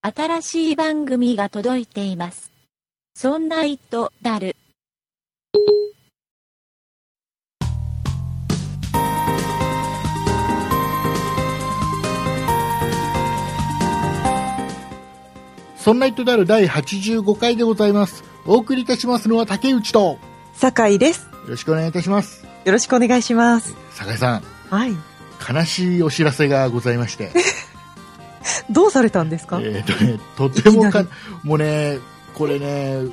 新しい番組が届いています。そんな糸だる。そんな糸である第85回でございます。お送りいたしますのは竹内と、よ酒井です。ろしくお願いいたします。よろしくお願いします。酒井さん、はい。悲しいお知らせがございまして、どうされたんですか、えーとね、とてもかいき、もうね、これね、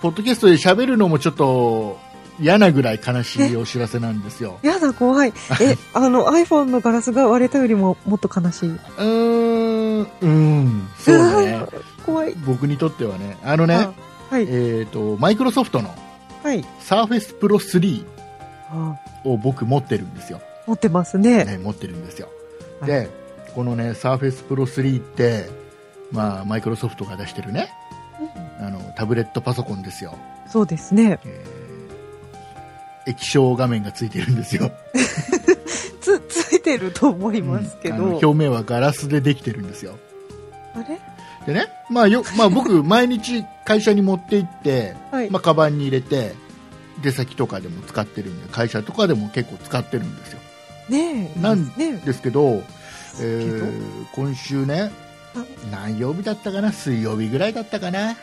ポッドキャストで喋るのもちょっと嫌なぐらい悲しいお知らせなんです よ。やだ、 怖い。え、あの iPhone のガラスが割れたよりももっと悲しい。うーん、うーん、そうね。 怖い。僕にとってはね、あのねあ、はい。えっ、と、マイクロソフトのはい。 Surface Pro 3あを僕持ってるんですよ。持ってますね。ね、持ってるんですよ。はいで、このね、Surface Pro 3って、まあ、マイクロソフトが出してるね、あの、タブレットパソコンですよ。そうですね。えー液晶画面がついてるんですよ。つ、 ついてると思いますけうんあのど。表面はガラスでできてるんですよ。あれでね、まあよ、まあ僕、 毎日会社に持って行って、はい。まあ、カバンに入れて、出先とかでも使ってるんで、会社とかでも結構使ってるんですよ。ねえ。なんねですけど、ええ。ー今週ねあ何曜日だったかな水曜日ぐらいだったかなえ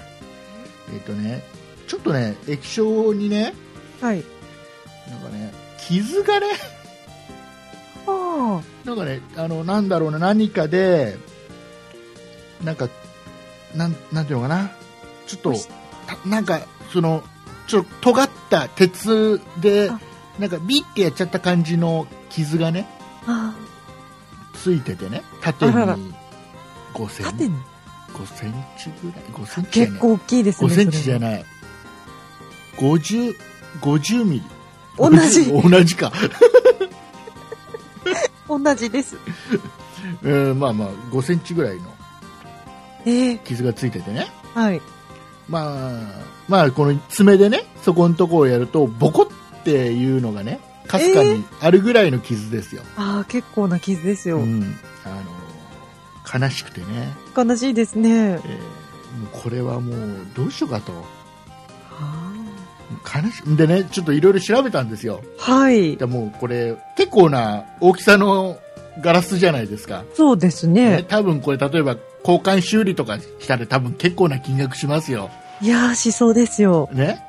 っ、とねちょっとね液晶にねはい。なんかね傷がねあなんかねあのなんだろうな何かでなんかなんなんていうのかなちょっとたなんかそのちょっと尖った鉄であなんかビッてやっちゃった感じの傷がねあ。あついててね縦にあらら5あ。セン縦に。 5センチぐらい5センチじゃない結構大きいですね。 5センチじゃい。ない50 50ミリ同じ50同 じか、同じです。えーまあまあ5センチぐらいのええ。傷がついててねはい。まあまあこの爪でねそこのとこをやるとボコっていうのがねかすかにあるぐらいの傷ですよ、ああ、結構な傷ですよ。うんあの悲しくてね、悲しいですね。えーもうこれはもうどうしようかとは悲しんでねちょっといろいろ調べたんですよいで。もうこれ結構な大きさのガラスじゃないですか、そうですね、ね。多分これ例えば交換修理とかしたら多分結構な金額しますよ、いやー、しそうですよ。ね、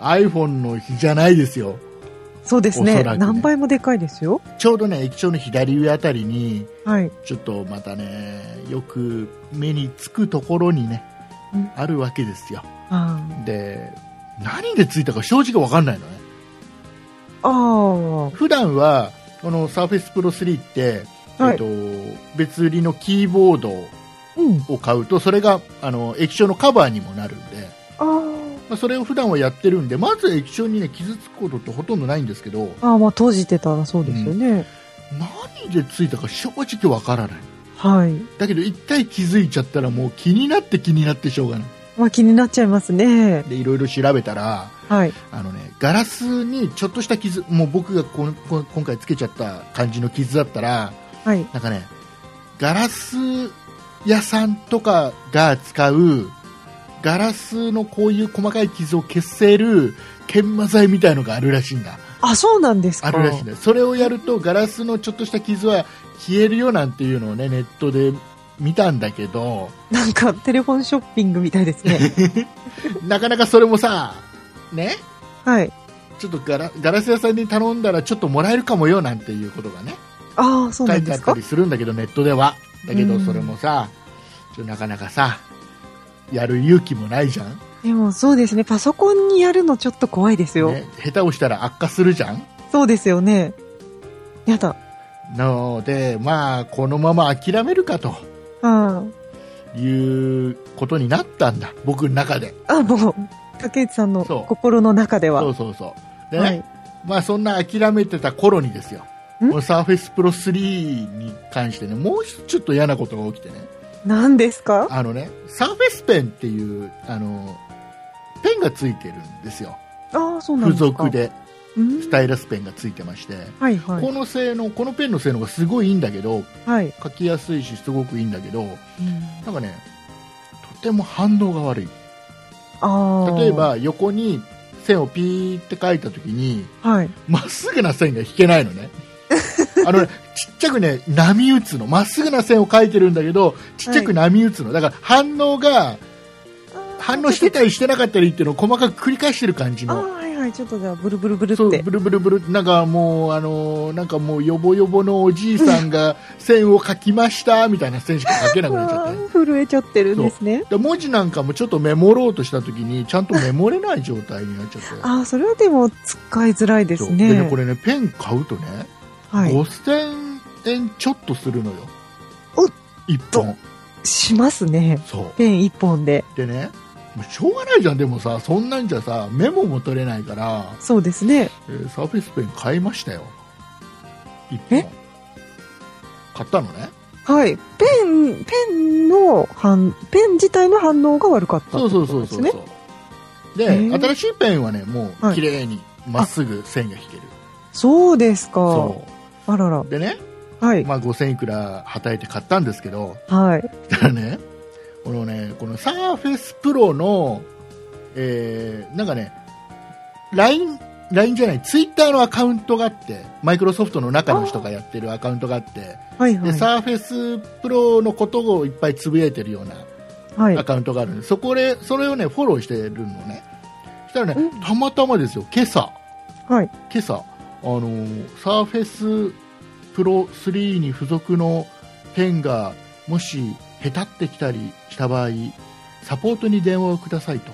iPhone の比じゃないですよそうでおすそね。らくね何倍もでかいですよ。ちょうどね液晶の左上あたりにはい。ちょっとまたねよく目につくところにねうんあるわけですよあで何でついたか正直わかんないのねあー。普段はこの Surface Pro 3って、はいえっと別売りのキーボードうん。を買うとそれがあの液晶のカバーにもなるんで、あーまあ、それを普段はやってるんでまず液晶に、ね、傷つくことってほとんどないんですけどあー。まあ、閉じてたらそうですよね。何でついたか正直わからないはい。だけど一回気づいちゃったらもう気になって気になってしょうがないまあ、気になっちゃいますね。でいろいろ調べたらはい。あの、ね、ガラスにちょっとした傷もう僕がこんこん今回つけちゃった感じの傷だったらはい。なんかねガラス屋さんとかが使うガラスのこういう細かい傷を消せる研磨剤みたいのがあるらしいんだあ、そうなんですか。あるらしいんだそれをやるとガラスのちょっとした傷は消えるよなんていうのをねネットで見たんだけどなんか、テレフォンショッピングみたいです ね。なかなかそれもさねはい。ちょっとガラガラス屋さんに頼んだらちょっともらえるかもよなんていうことがねああ、そう書なんいてであっすたかり。するんだけどネットではだけどうんそれもさ、ちょっとなかなかさやる勇気もないじゃん、でも、そうですね。パソコンにやるのちょっと怖いですよ。ね、下手をしたら悪化するじゃんそうですよね。やだ。なのでまあこのまま諦めるかとあいうことになったんだ僕の中であ。あ、もう、竹内さんのそう心の中では。そうそうそうでね、はい。まあそんな諦めてた頃にですよこんのサーフェスプロ3に関してねもうちょっと嫌なことが起きてね何ですかあのね、サーフェスペンっていう、あの、ペンがついてるんですよ。ああ、そうなん付ですか。属。で、うんスタイラスペンがついてまして、はいはこい。の性能、このペンの性能がすごいいいんだけど、はい。書きやすいし、すごくいいんだけど、なんかね、ても反応が悪いああ。例え。ば横に線をピーって書いた時にはい。まっすぐな線が引けないのね あのねちっちゃくね波打つのまっすぐな線を書いてるんだけどちっちゃく波打つのだから反応が反応してたりしてなかったりっていうのを細かく繰り返してる感じああ、のはいはい。ちょっとじゃあ、ブルブルブルっそうて。ブルブルブルなんかもうあのーなんかもうヨボヨボのおじいさんが線を書きましたみたいな線しか書けなくなっちゃっあてあ、震えちゃってるんですね。で文字なんかもちょっとメモろうとした時にちゃんとメモれない状態になっちゃってああ、それはでも、使いづらいでそうすね。でねこれねペン買うとね、はい。 5000円ちょっとするのよお一本しますね。そうペン一本で。でねもうしょうがないじゃんでもさそんなんじゃさメモも取れないから、そうですね。えーサーフェイスペン買いましたよ一本え買ったのねはい。ペン、ペンの反、ペン自体の反応が悪かった。そうそうそうそうですそうで、へー新しいペンはねもはうい綺麗にまっすぐ線が引ける、そうですか。そあららう。でねはい。まあ、5000いくらはたいて買ったんですけど、はい。だからね、このね、このサーフェスプロの、えー、なんかね、LINE、LINE じゃない、ツイッターのアカウントがあって、マイクロソフトの中の人がやってるアカウントがあって、はいで、は。サーフェスプロのことをいっぱいつぶやいてるようないはアい。カウントがあるんで、そこで、それをね、フォローしてるのね。そしたらねう、たまたまですよ、今朝、はい。今朝、あのーサーフェスプロ3に付属のペンがもしへたってきたりした場合サポートに電話をくださいと、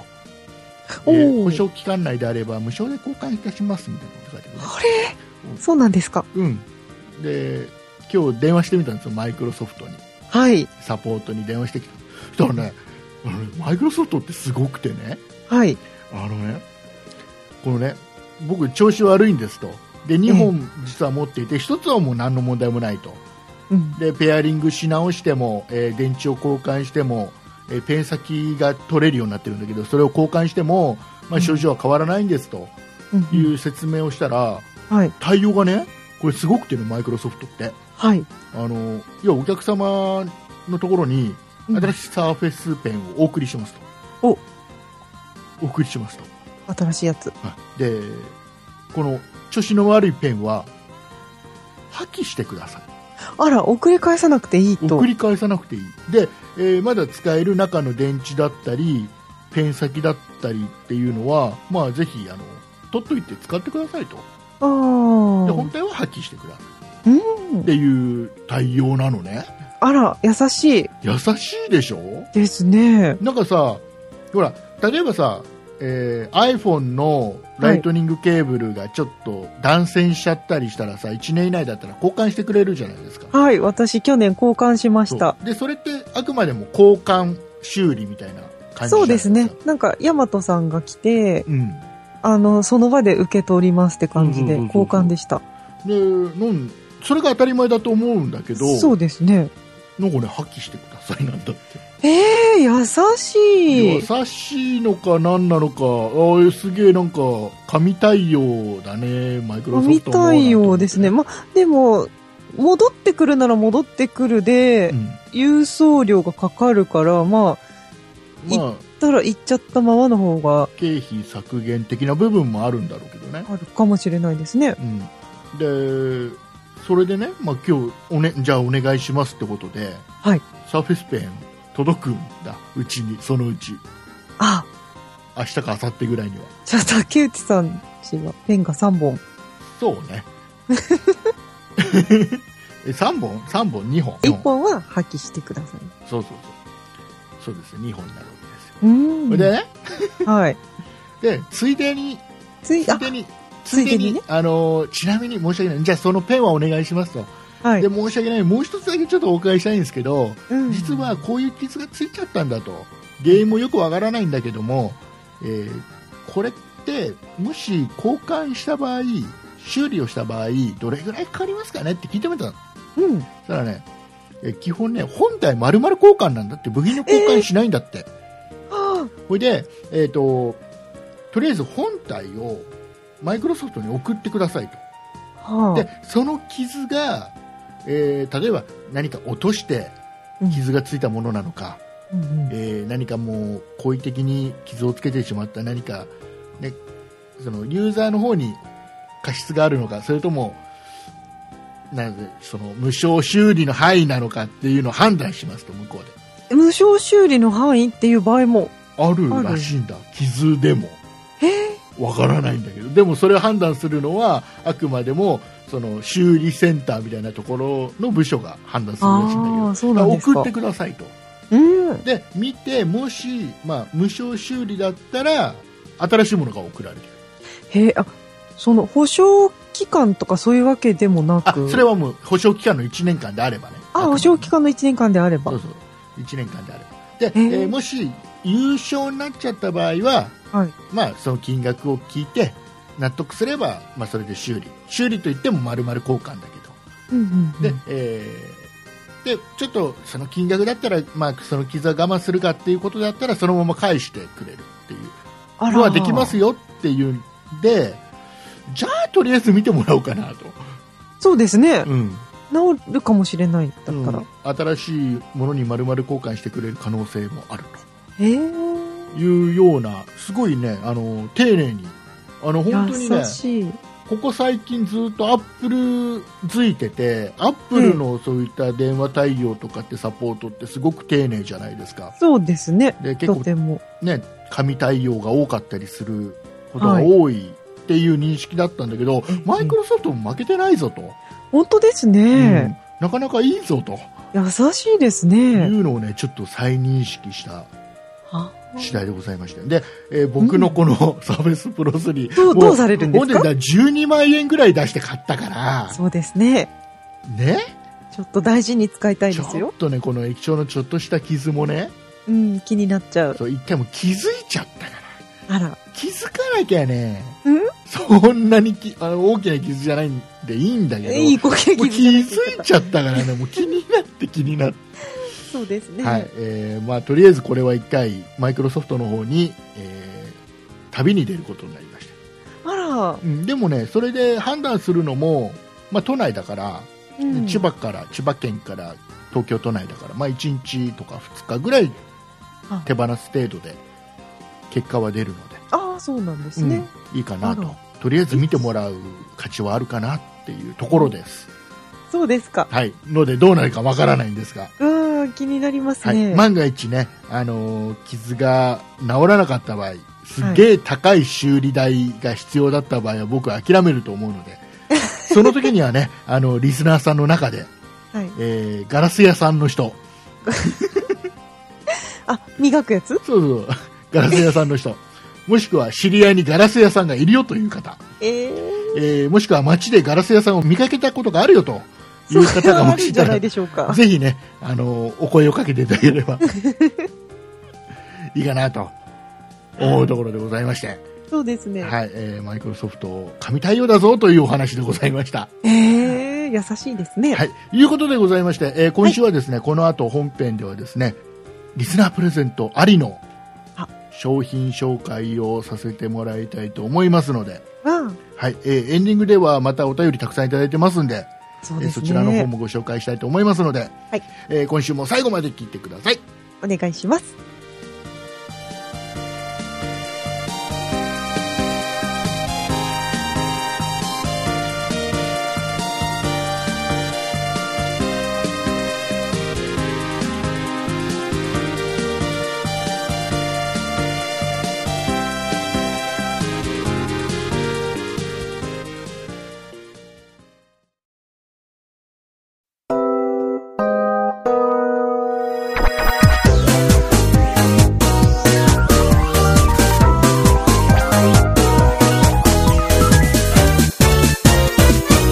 えーおー保証期間内であれば無償で交換いたしますみたいなこと書いてあるあれそうなんですか。うんで今日電話してみたんですよマイクロソフトにはい。サポートに電話してきたそしたらねあのねマイクロソフトってすごくてねはい。あのね、このね、僕、調子悪いんですと。で、2本実は持っていて、1つはもう何の問題もないと。うん。で、ペアリングし直しても、えー電池を交換しても、えーペン先が取れるようになってるんだけど、それを交換しても、まうあ、ん症状は変わらないんですとうんいうんう説明をしたら、はい。対応がね、これすごくてね、マイクロソフトって。はい。あの、いや、お客様のところに、うん新しいサーフェスペンをお送りしますと。おお送りしますと。新しいやつ。でこの調子の悪いペンは破棄してくださいあら、送り返さなくていいと送。り返さなくていいで、えーまだ使える中の電池だったりペン先だったりっていうのは、まあ、ぜひあの取っといて使ってくださいとああ。で本体は破棄してくださうんいっていう対応なのねあら、優しい優しいでしょですね。なんかさほら例えばさ、えー iPhone のライトニングケーブルがちょっと断線しちゃったりしたらさ1年以内だったら交換してくれるじゃないですかはい。私、去年交換しましたそ。うでそれってあくまでも交換修理みたいな感じじゃないかそうですね。なんか、ヤマトさんが来て、うんあの、その場で受け取りますって感じうんで、うんうんうん交換でした。でなんそれが当たり前だと思うんだけどそうですね。なんかね破棄してくださいなんだってええ優しい。優しいのか何なのかあーすげえなんか神対応だねマイクロソフ見トもなんて思ったていようですね。まあ、でも、戻ってくるなら戻ってくるで、うん郵送料がかかるから、まあ、まあたら行っちゃったままの方が経費削減的な部分もあるんだろうけどね、あるかもしれないですね。うん、でそれでね、まあ、今日おねじゃあお願いしますってことで、はいサーフェスペン届くんだうちにそのうちあ、明日か明後日ぐらいにはじゃあ竹内さんちはペンが3本。そうね え3本3本2本1本は破棄してください。そうそうそうそうです2本になるわけですよ、うーん。でねはい。でついでについ、ついあ、でについでにねあのちなみに申し訳ないじゃあそのペンはお願いしますとはいで。申し訳ないもう一つだけちょっとお伺いしたいんですけどうん実は、こういう傷がついちゃったんだと原因もよくわからないんだけども、えーこれってもし交換した場合修理をした場合どれぐらいかかりますかねって聞いてみたのそうん。したらねえー基本ね本体丸々交換なんだって部品の交換しないんだって、はそれで、えー、ととりあえず本体をマイクロソフトに送ってくださいと。あ、はでその傷が、えー例えば何か落としてうん傷がついたものなのか、うんうんえー何かもう好意的に傷をつけてしまった何か、ね、そのユーザーの方に過失があるのかそれともなんでその無償修理の範囲なのかっていうのを判断しますと向こうで無償修理の範囲っていう場合も。あるらしいんだ傷でもえーわからないんだけどでもそれを判断するのはあくまでもその修理センターみたいなところの部署が判断するらしいんだけあどあ、そうなんです送かって。くださいと。うん。で見てもし、まあ、無償修理だったら新しいものが送られてくるへえ、あ、その保証期間とかそういうわけでもなあく。それはもう保証期間の1年間であればねあ、保証期間の1年間であれば。そうはそう1年間であればで、ええーーもし優勝になっちゃった場合は、い。まあ、その金額を聞いて納得すれば、まあ、それで修理修理といっても丸々交換だけどうんうんうんで、えーでちょっとその金額だったら、まあ、その傷は我慢するかっていうことだったらそのまま返してくれるっていうあのはできますよっていうんでじゃあとりあえず見てもらおうかなと、そうですね。うん治るかもしれないんだった新ら。しいものに丸々交換してくれる可能性もあるへえ。というようなすごいねあの丁寧にあの本当にね優しい。ここ最近ずっとアップルついててアップルのそういった電話対応とかってサポートってすごく丁寧じゃないですかそうですね。で結と構ても。ね、紙対応が多かったりすることが多いっていう認識だったんだけど、ええマイクロソフトも負けてないぞと、本当ですうんね。なかなかいいぞと優しいですいね。うのをね、ちょっと再認識したあ次第でございまして、で、えー僕のこのサービスプロスに、どうもどうされるんですかもうね12万円ぐらい出して買ったから、そうですね。ね、ちょっと大事に使いたいちですょっよ。とね、この液晶のちょっとした傷もね、うん、気になっちゃう。そう一回もう気づいちゃったから。あら。気づかなきゃね、うんそんなにきあの大きな傷じゃないんでいいんだけど、いいご経もう験気いづいちゃったからね、もう気になって気になって。そうですね。はい。えーまあ、とりあえずこれは一回、マイクロソフトの方に、えー旅に出ることになりました。あら。うん、でもね、それで判断するのも、まあ、都内だから、うん千葉から、千葉県から東京都内だから、まあ、1日とか2日ぐらいあ手放す程度で、結果は出るので。ああ、そうなんですね。うん、いいかなあとらとりあえず見てもらう価値はあるかなっていうところです、そうですか。はい、のでどうなるかわからないんですが、うん、気になりますはいね。万が一ね、あのー傷が治らなかった場合すっげえ高い修理代が必要だった場合は僕は諦めると思うのでその時にはねあのリスナーさんの中で、はい。えーガラス屋さんの人あ、磨くやつそうそうガラス屋さんの人もしくは知り合いにガラス屋さんがいるよという方えええーもしくは街でガラス屋さんを見かけたことがあるよというそ方がれ はあもるしんいじたゃならい、でしょうか。ぜひね、あのお声をかけていただければ いいかなと思うところでございまして、 そうですね。はいえーマイクロソフト、神対応だぞというお話でございました。ええ優しいですね。はい、いうことでございまして、えー今週はですね、この後本編ではですね、リスナープレゼントありのあ商品紹介をさせてもらいたいと思いますので、うんはいえーエンディングではまたお便りたくさんいただいてますんで、そうえでーすそね。ちらの方もご紹介したいと思いますので、はいえー今週も最後まで聞いてくださいお願いします。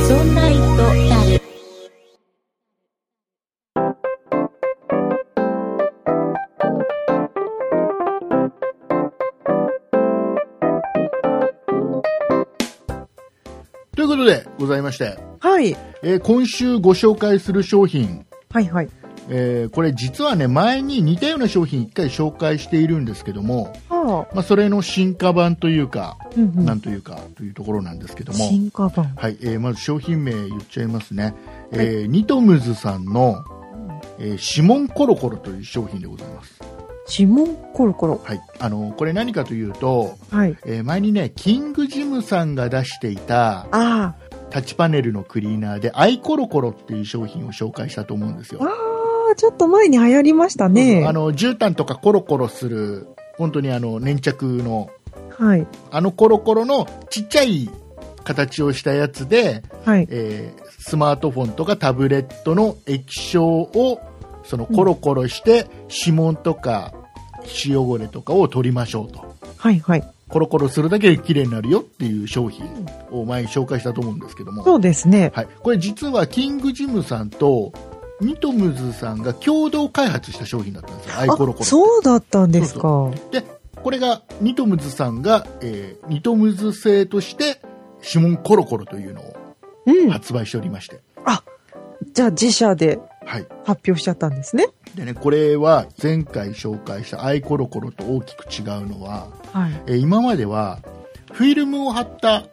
そんな糸だる。ということでございまして、はい。えー今週ご紹介する商品、はいはい。えーこれ実はね前に似たような商品1回紹介しているんですけども、ああ。まあ、それの進化版というか、うんう。なんんというかというところなんですけども、進化版。はいえーまず商品名言っちゃいますね、えーニトムズさんのえー指紋コロコロという商品でございます。指紋コロコロ。はい。あの、これ何かというと、はい。えー前にね、キングジムさんが出していたあタッチパネルのクリーナーで、アイコロコロっていう商品を紹介したと思うんですよあ。。ああ、ちょっと前に流行りましたね。あの、絨毯とかコロコロする、本当にあの、粘着の、はい。あのコロコロのちっちゃい形をしたやつで、はい。えースマートフォンとかタブレットの液晶をそのコロコロして指紋とか皮脂汚れとかを取りましょうとはい。はい。コロコロするだけで綺麗になるよっていう商品を前に紹介したと思うんですけども、そうですね。はい、これ実はキングジムさんとニトムズさんが共同開発した商品だったんですよアイコロコあ、ロそうだったんですか。でこれがニトムズさんが、えーニトムズ製として指紋コロコロというのをうん。発売しておりまして、じゃあ自社ではい、発表しちゃったんですね。でね、これは前回紹介したアイコロコロと大きく違うのは、はい。えー今まではフィルムを貼った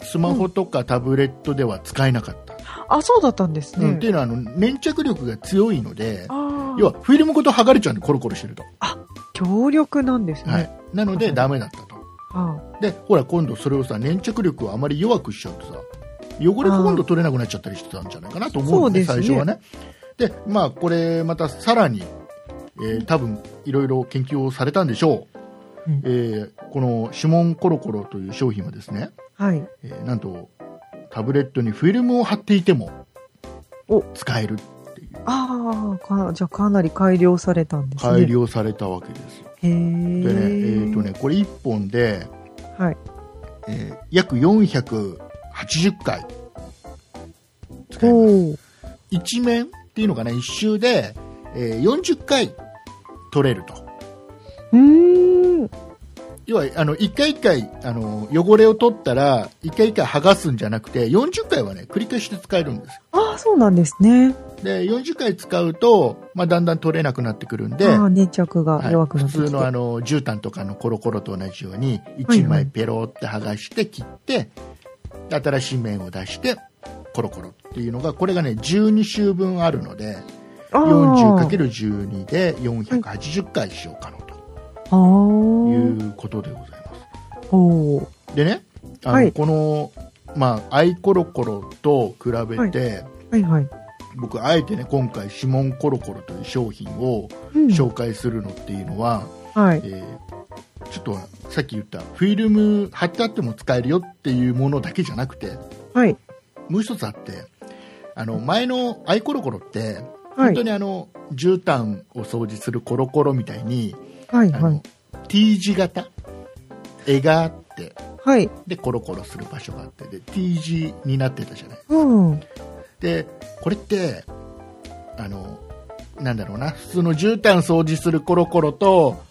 スマホとかタブレットでは使えなかった。あ、そうだったんですうんね。っていうのはあの粘着力が強いので、ああ。要はフィルムごと剥がれちゃうんでコロコロしてると。強力なんですね。はい。なのでうんダメだったと。はで、ほら今度それをさ、粘着力をあまり弱くしちゃうとさ、汚れが今度取れなくなっちゃったりしてたんじゃないかなと思うので、そう最初ですねはね。で、まあこれまたさらに、えー多分いろいろ研究をされたんでしょう。あうんえーこの指紋コロコロという商品はですね、はい。えーなんとタブレットにフィルムを貼っていてもお使えるああ、かじゃあかなり改良されたんですね。改。良されたわけですよ、へえ。でねえーとねこれ1本で、はい。えー約480回使いますおお。一面っていうのかな一周で、えー40回取れるとうーん。要はあの1回1回あの汚れを取ったら1回1回剥がすんじゃなくて40回はね繰り返して使えるんですよああ、そうなんですね。で40回使うと、まあ、だんだん取れなくなってくるんで、ああ、粘着がはい弱く普なってきて。通のあの絨毯とかのコロコロと同じように1枚ペロって剥がして切って、新しい面を出してコロコロっていうのがこれがね12週分あるのであー 40×12 で480回使用可能あとー。いうことでございます。おーでねあの、はいこの、まあ、アイコロコロと比べて、はいはい。僕あえてね今回指紋コロコロという商品をうん紹介するのっていうのは、はい。えーちょっとはさっき言ったフィルム貼ってあっても使えるよっていうものだけじゃなくてはい。もう一つあってあの前のアイコロコロって、は本当い。にあの絨毯を掃除するコロコロみたいに、はい。あのはい。 T 字型絵があってはい。でコロコロする場所があってで T 字になってたじゃないうん。でこれってあのなんだろうな普通の絨毯掃除するコロコロと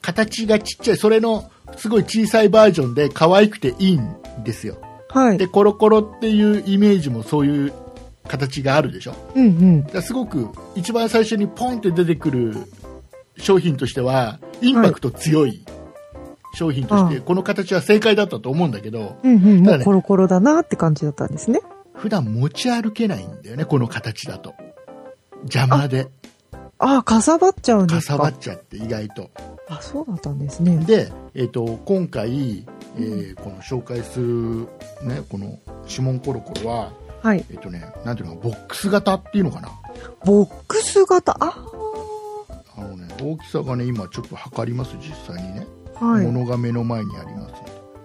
形がちっちゃいそれのすごい小さいバージョンで可愛くていいんですよはい。でコロコロっていうイメージもそういう形があるでしょだかうんうん。らすごく一番最初にポンって出てくる商品としてはインパクト強い商品として、うこの形は正解だったと思うんだけどうんうん。たもだうねコロコロだなって感じだったんですね。普段持ち歩けないんだよねこの形だと邪魔でああ、かさばっちゃうんでかすさばかっ。ちゃって意外とあ、そうだったんですね。で、えっと今回、えーこの紹介する、ね、この指紋コロコロは、はい。えっとね、なんていうのボックス型っていうのかなボックス型、ああの、ね、大きさがね今ちょっと測ります実際にね、あ。はい。物が目の前にあります、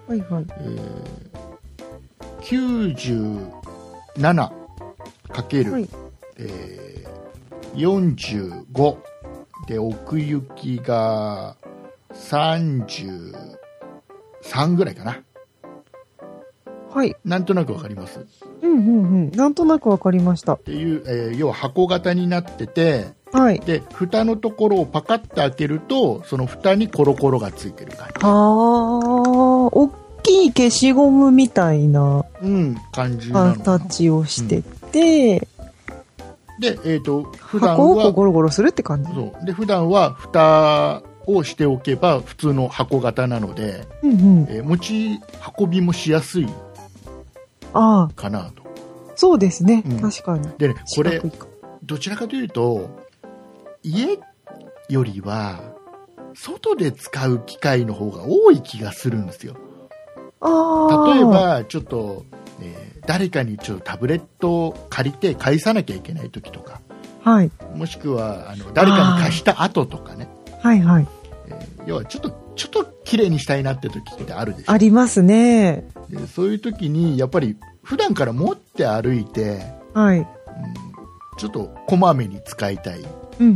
はいはい。えー、97×、はいえー、45で奥行きが33ぐらいかなはい。なんとなくわかりますっうんうんうん。なんとなくわかりました。ていう、えー要は箱型になっててはい。で蓋のところをパカッと開けるとその蓋にコロコロがついてる感ああ、大きい消しゴムみたいなじ,、うん、感じなのかな形をしてて、で、えー、と普段箱をこうはゴロゴロするって感じ。そうで普段は蓋をしておけば普通の箱型なので、うんうん。えー持ち運びもしやすいああ、かなとそうですね。うん確かに。でねこれ四角いかどちらかというと家よりは外で使う機会の方が多い気がするんですよああ。例え。ばちょっと、えー誰かにちょっとタブレットを借りて返さなきゃいけない時とかはい。もしくはあの誰かに貸した後とかねはいはい。要はちょっとちょっと綺麗にしたいなって時ってあるでしょありますね。でそういう時にやっぱり普段から持って歩いて、はい。うん、ちょっとこまめに使いたい、うんうんうんう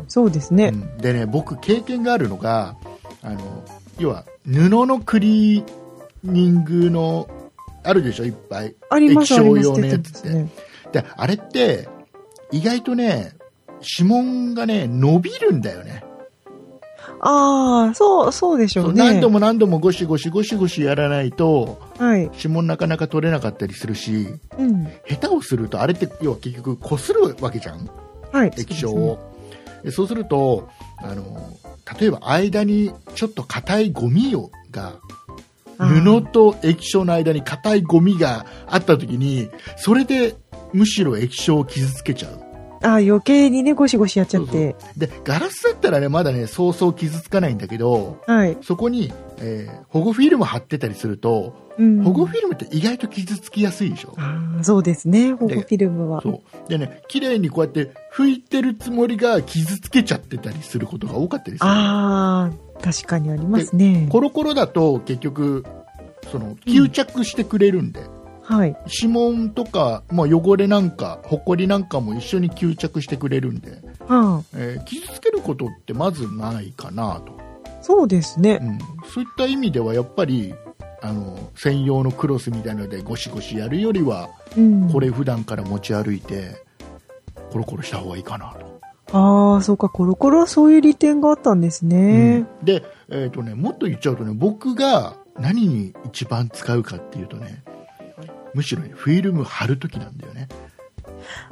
ん。そうですうね。んでね僕経験があるのがあの要は布のクリーニングのあるでしょいっぱいありますあ液り晶ま用す。のやつ出てますね。であれって意外とね指紋がね伸びるんだよねああ、そう、そうでしょそううね。何度も何度もゴシゴシゴシゴシやらないとはい。指紋なかなか取れなかったりするしうん。下手をするとあれって要は結局こするわけじゃんはい。液晶をそう,、そうするとあの例えば間にちょっと硬いゴミをがあー布と液晶の間に硬いゴミがあった時にそれでむしろ液晶を傷つけちゃうああ、余計にね、ゴシゴシやっちゃって。でガラスだったらねまだねそうそう傷つかないんだけどはい。そこに、えー保護フィルム貼ってたりするとうん。保護フィルムって意外と傷つきやすいでしょ、ああ、そうですね。保護フィルムは。そうでね綺麗にこうやって拭いてるつもりが傷つけちゃってたりすることが多かったりするああ、確かにありますね。コロコロだと結局その吸着してくれるんで、はい。指紋とか、まあ、汚れなんかほこりなんかも一緒に吸着してくれるんで、はえー傷つけることってまずないかなと、あ、そうですうね。ん、そういった意味ではやっぱりあの専用のクロスみたいのでゴシゴシやるよりはうん。これ普段から持ち歩いてコロコロした方がいいかなと。ああ、そうか、コロコロはそういう利点があったんですね。で、えーとね、もっと言っちゃうとね僕が何に一番使うかっていうとねむしろねフィルム貼るときなんだよね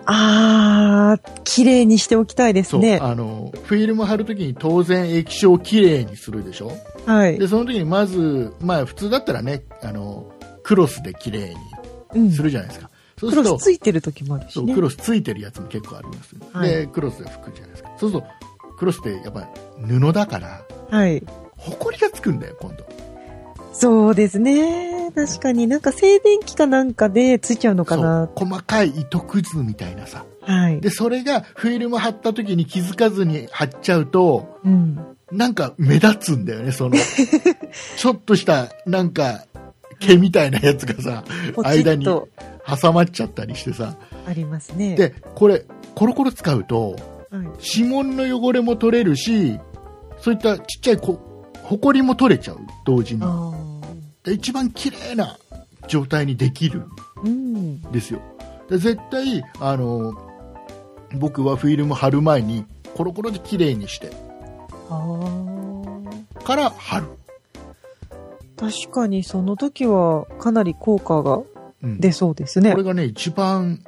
ああ、綺麗にしておきたいですそう、ね。あのフィルム貼るときに当然液晶をきれいにするでしょはい。でその時にまず、まあ、普通だったらねあのクロスできれいうんにするじゃないですか、そうクするとロスついてる時もあるしそうねク。ロスついてるやつも結構あります、はいでクロスで拭くじゃないですかそうするとクロスってやっぱり布だからはい。ほこりがつくんだよ今度そうですね。確かになんか静電気かなんかでついちゃうのかな。そう細かい糸くずみたいなさはい。でそれがフィルム貼った時に気づかずに貼っちゃうとうん。なんか目立つんだよね そのちょっとしたなんか毛みたいなやつがさポチ間ッにと挟まっちゃったりしてさありますね。でこれコロコロ使うとはい、指紋の汚れも取れるしそういったちっちゃいこほこりも取れちゃう同時にあで一番綺麗な状態にできるーうん。ですよで絶対あの僕はフィルム貼る前にコロコロで綺麗にしてあーから貼る、確かにその時はかなり効果がうん出そうですねこれ。がね一番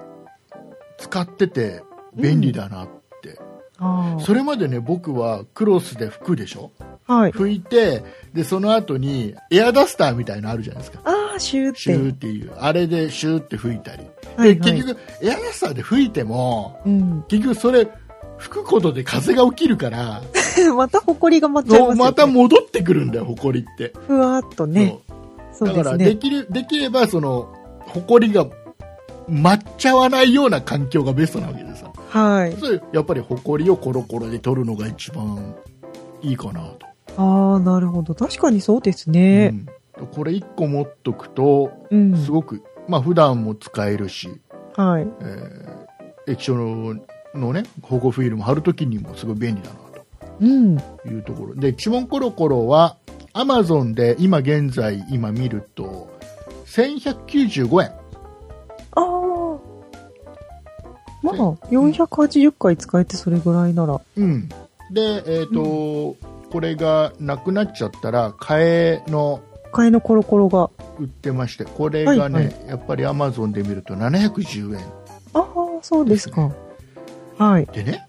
使ってて便利だなって、あそれまでね僕はクロスで拭くでしょあはい。拭いてでその後にエアダスターみたいのあるじゃないですかああ、シューシューっっていうあれでシューって拭いたり、て。はいではい結局エアダスターで拭いてもうん。 結局それ拭くことで風が起きるからまた埃がまっちゃいそまうすよねまた戻ってくるんだよ、ほこりって。ふわっとね。そそうだうでかすらでね。きる、できれば、その、ほこりが舞っちゃわないような環境がベストなわけでさ。はい。そういうやっぱりほこりをコロコロで取るのが一番いいかなと。ああ、なるほど。確かにそうですね。うんこれ一個持っとくと、うん。すごく、まあ普段も使えるし、はい。えー液晶ののね、保護フィルム貼るときにもすごい便利だなと。うん。いうところで指紋コロコロはアマゾンで今現在今見ると1195円ああ。まあ、480回使えてそれぐらいなら。うんでえっ、と、これがなくなっちゃったら替えの替えのコロコロが。売ってましてこれがね、はいやっぱりアマゾンで見ると710円ああ、そうですか。はい。でね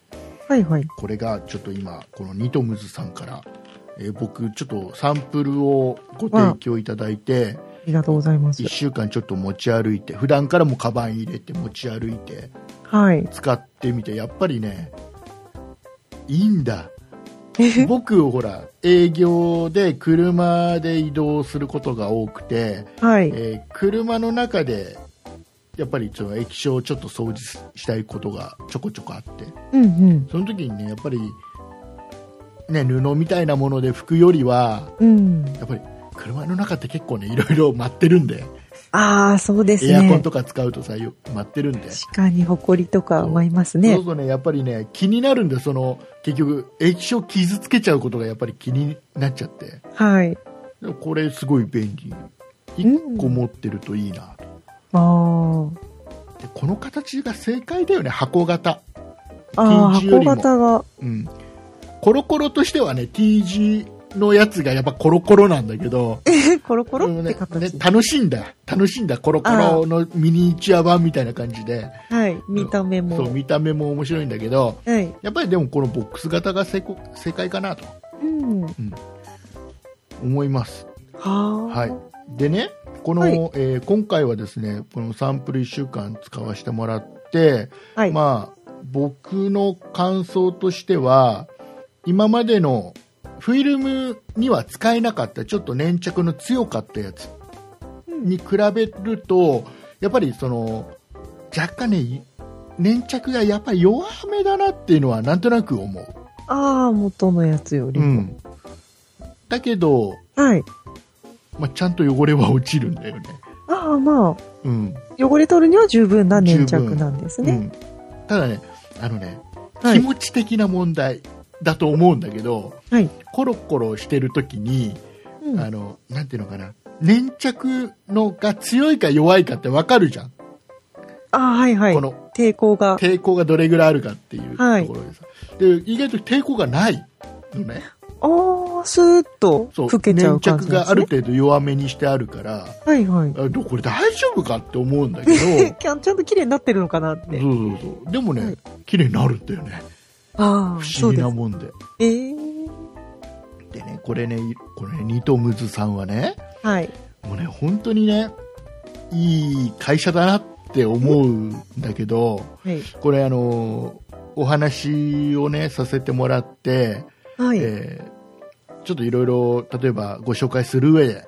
はいはい。これがちょっと今このニトムズさんから、えー僕ちょっとサンプルをご提供いただいてありがとうございます1。週間ちょっと持ち歩いて普段からもカバン入れて持ち歩いてはい。使ってみてやっぱりねいいんだえへ僕ほら営業で車で移動することが多くて、はい。えー車の中でやっぱりその液晶をちょっと掃除ししたいことがちょこちょこあってうんうん。その時にねやっぱり、ね、布みたいなもので拭くよりはうん。やっぱり車の中って結構ねいろいろ待ってるんでああ、そうですエアコンね。とか使うとさよ待ってるんで。確かに埃とか舞いますそうねす。るとね、やっぱりね、気になるんで、その、結局、液晶傷つけちゃうことがやっぱり気になっちゃって。はい。でもこれすごい便利。うん1個持ってるといいなと。あーでこの形が正解だよね、箱型。あー、 T 字よ箱りも型が。 うん。コロコロとしてはね、T 字のやつがやっぱコロコロなんだけど、えコロコロってうんね形。ね楽しいんだ。楽しいんだ。コロコロのミニチュア版みたいな感じで、はい。見た目そう、も。見た目も面白いんだけど、はい。やっぱりでもこのボックス型が正こ正解かなとうん。思います。は。はいでね、この、はいえー今回はですね、このサンプル1週間使わせてもらって、はい。まあ、僕の感想としては、今までのフィルムには使えなかった、ちょっと粘着の強かったやつに比べると、やっぱりその、若干ね、い粘着がやっぱり弱めだなっていうのはなんとなく思う。ああ、元のやつよりうも。ん。だけど、はい。まあ、ちゃんと汚れは落ちるんだよね。ああ、まうん。あ、汚れ取るには十分な粘着なんですうね。ん、ただね、あのね、はい気持ち的な問題だと思うんだけど、はい。コロコロしてる時に、うんあの、なんていうのかな、粘着のが強いか弱いかってわかるじゃん。ああ、はいはいこ。の抵抗が。抵抗がどれぐらいあるかっていうとこはろいでさ。で、意外と抵抗がないのね。ああ、スーッとそう。吹けちゃ粘う感着じながんですあるね。程度弱めにしてあるから、はいはい。あどこれ大丈夫かって思うんだけど、 そうちゃんちゃんと綺麗になってるのかなって。そうそう。でもはねい、綺麗になるんだよね。ああ、不そ思う議でなす。もんで。ええー。でね、これね、これね、ニトムズさんはね、はい。もうね、本当にね、いい会社だなって思うんだけど、はい。これあの、お話をね、させてもらって、はい。えーちょっといろいろ、例えばご紹介する上で、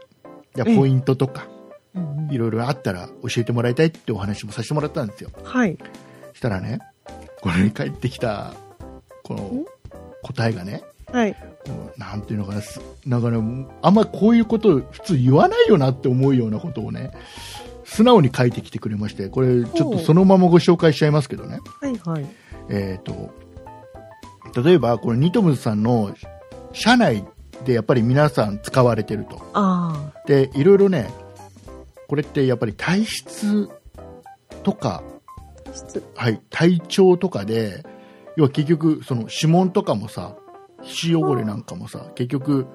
いやええポイントとか、うんうんいろいろあったら教えてもらいたいってお話もさせてもらったんですよ。はい。したらね、これに返ってきた、このん答えがね、はい。うんなんていうのかな、すなんかね、あんまこういうこと普通言わないよなって思うようなことをね、素直に書いてきてくれまして、これちょっとそのままご紹介しちゃいますけどね。はいはい。えっ、と、例えばこれニトムズさんの社内でやっぱり皆さん使われてると。ああ。で、いろいろね、これってやっぱり体質とか、質はい、体調とかで、要は結局、その指紋とかもさ、皮脂汚れなんかもさ、結局、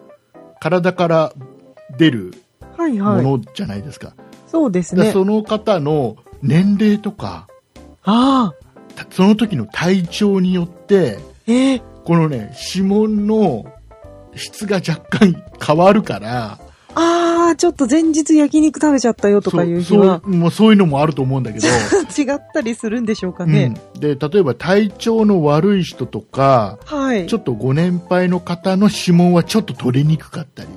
体から出るはいもはい。のじゃないですか。そうですだからね。その方の年齢とか、ああ。たその時の体調によって、ええ。このね、指紋の質が若干変わるから、ああ、ちょっと前日焼肉食べちゃったよとかいう日はそう、そうもうそういうのもあると思うんだけど、 違ったりするんでしょうかね。うん、で例えば体調の悪い人とか、はいちょ。っとご年配の方の指紋はちょっと取りにくかったり。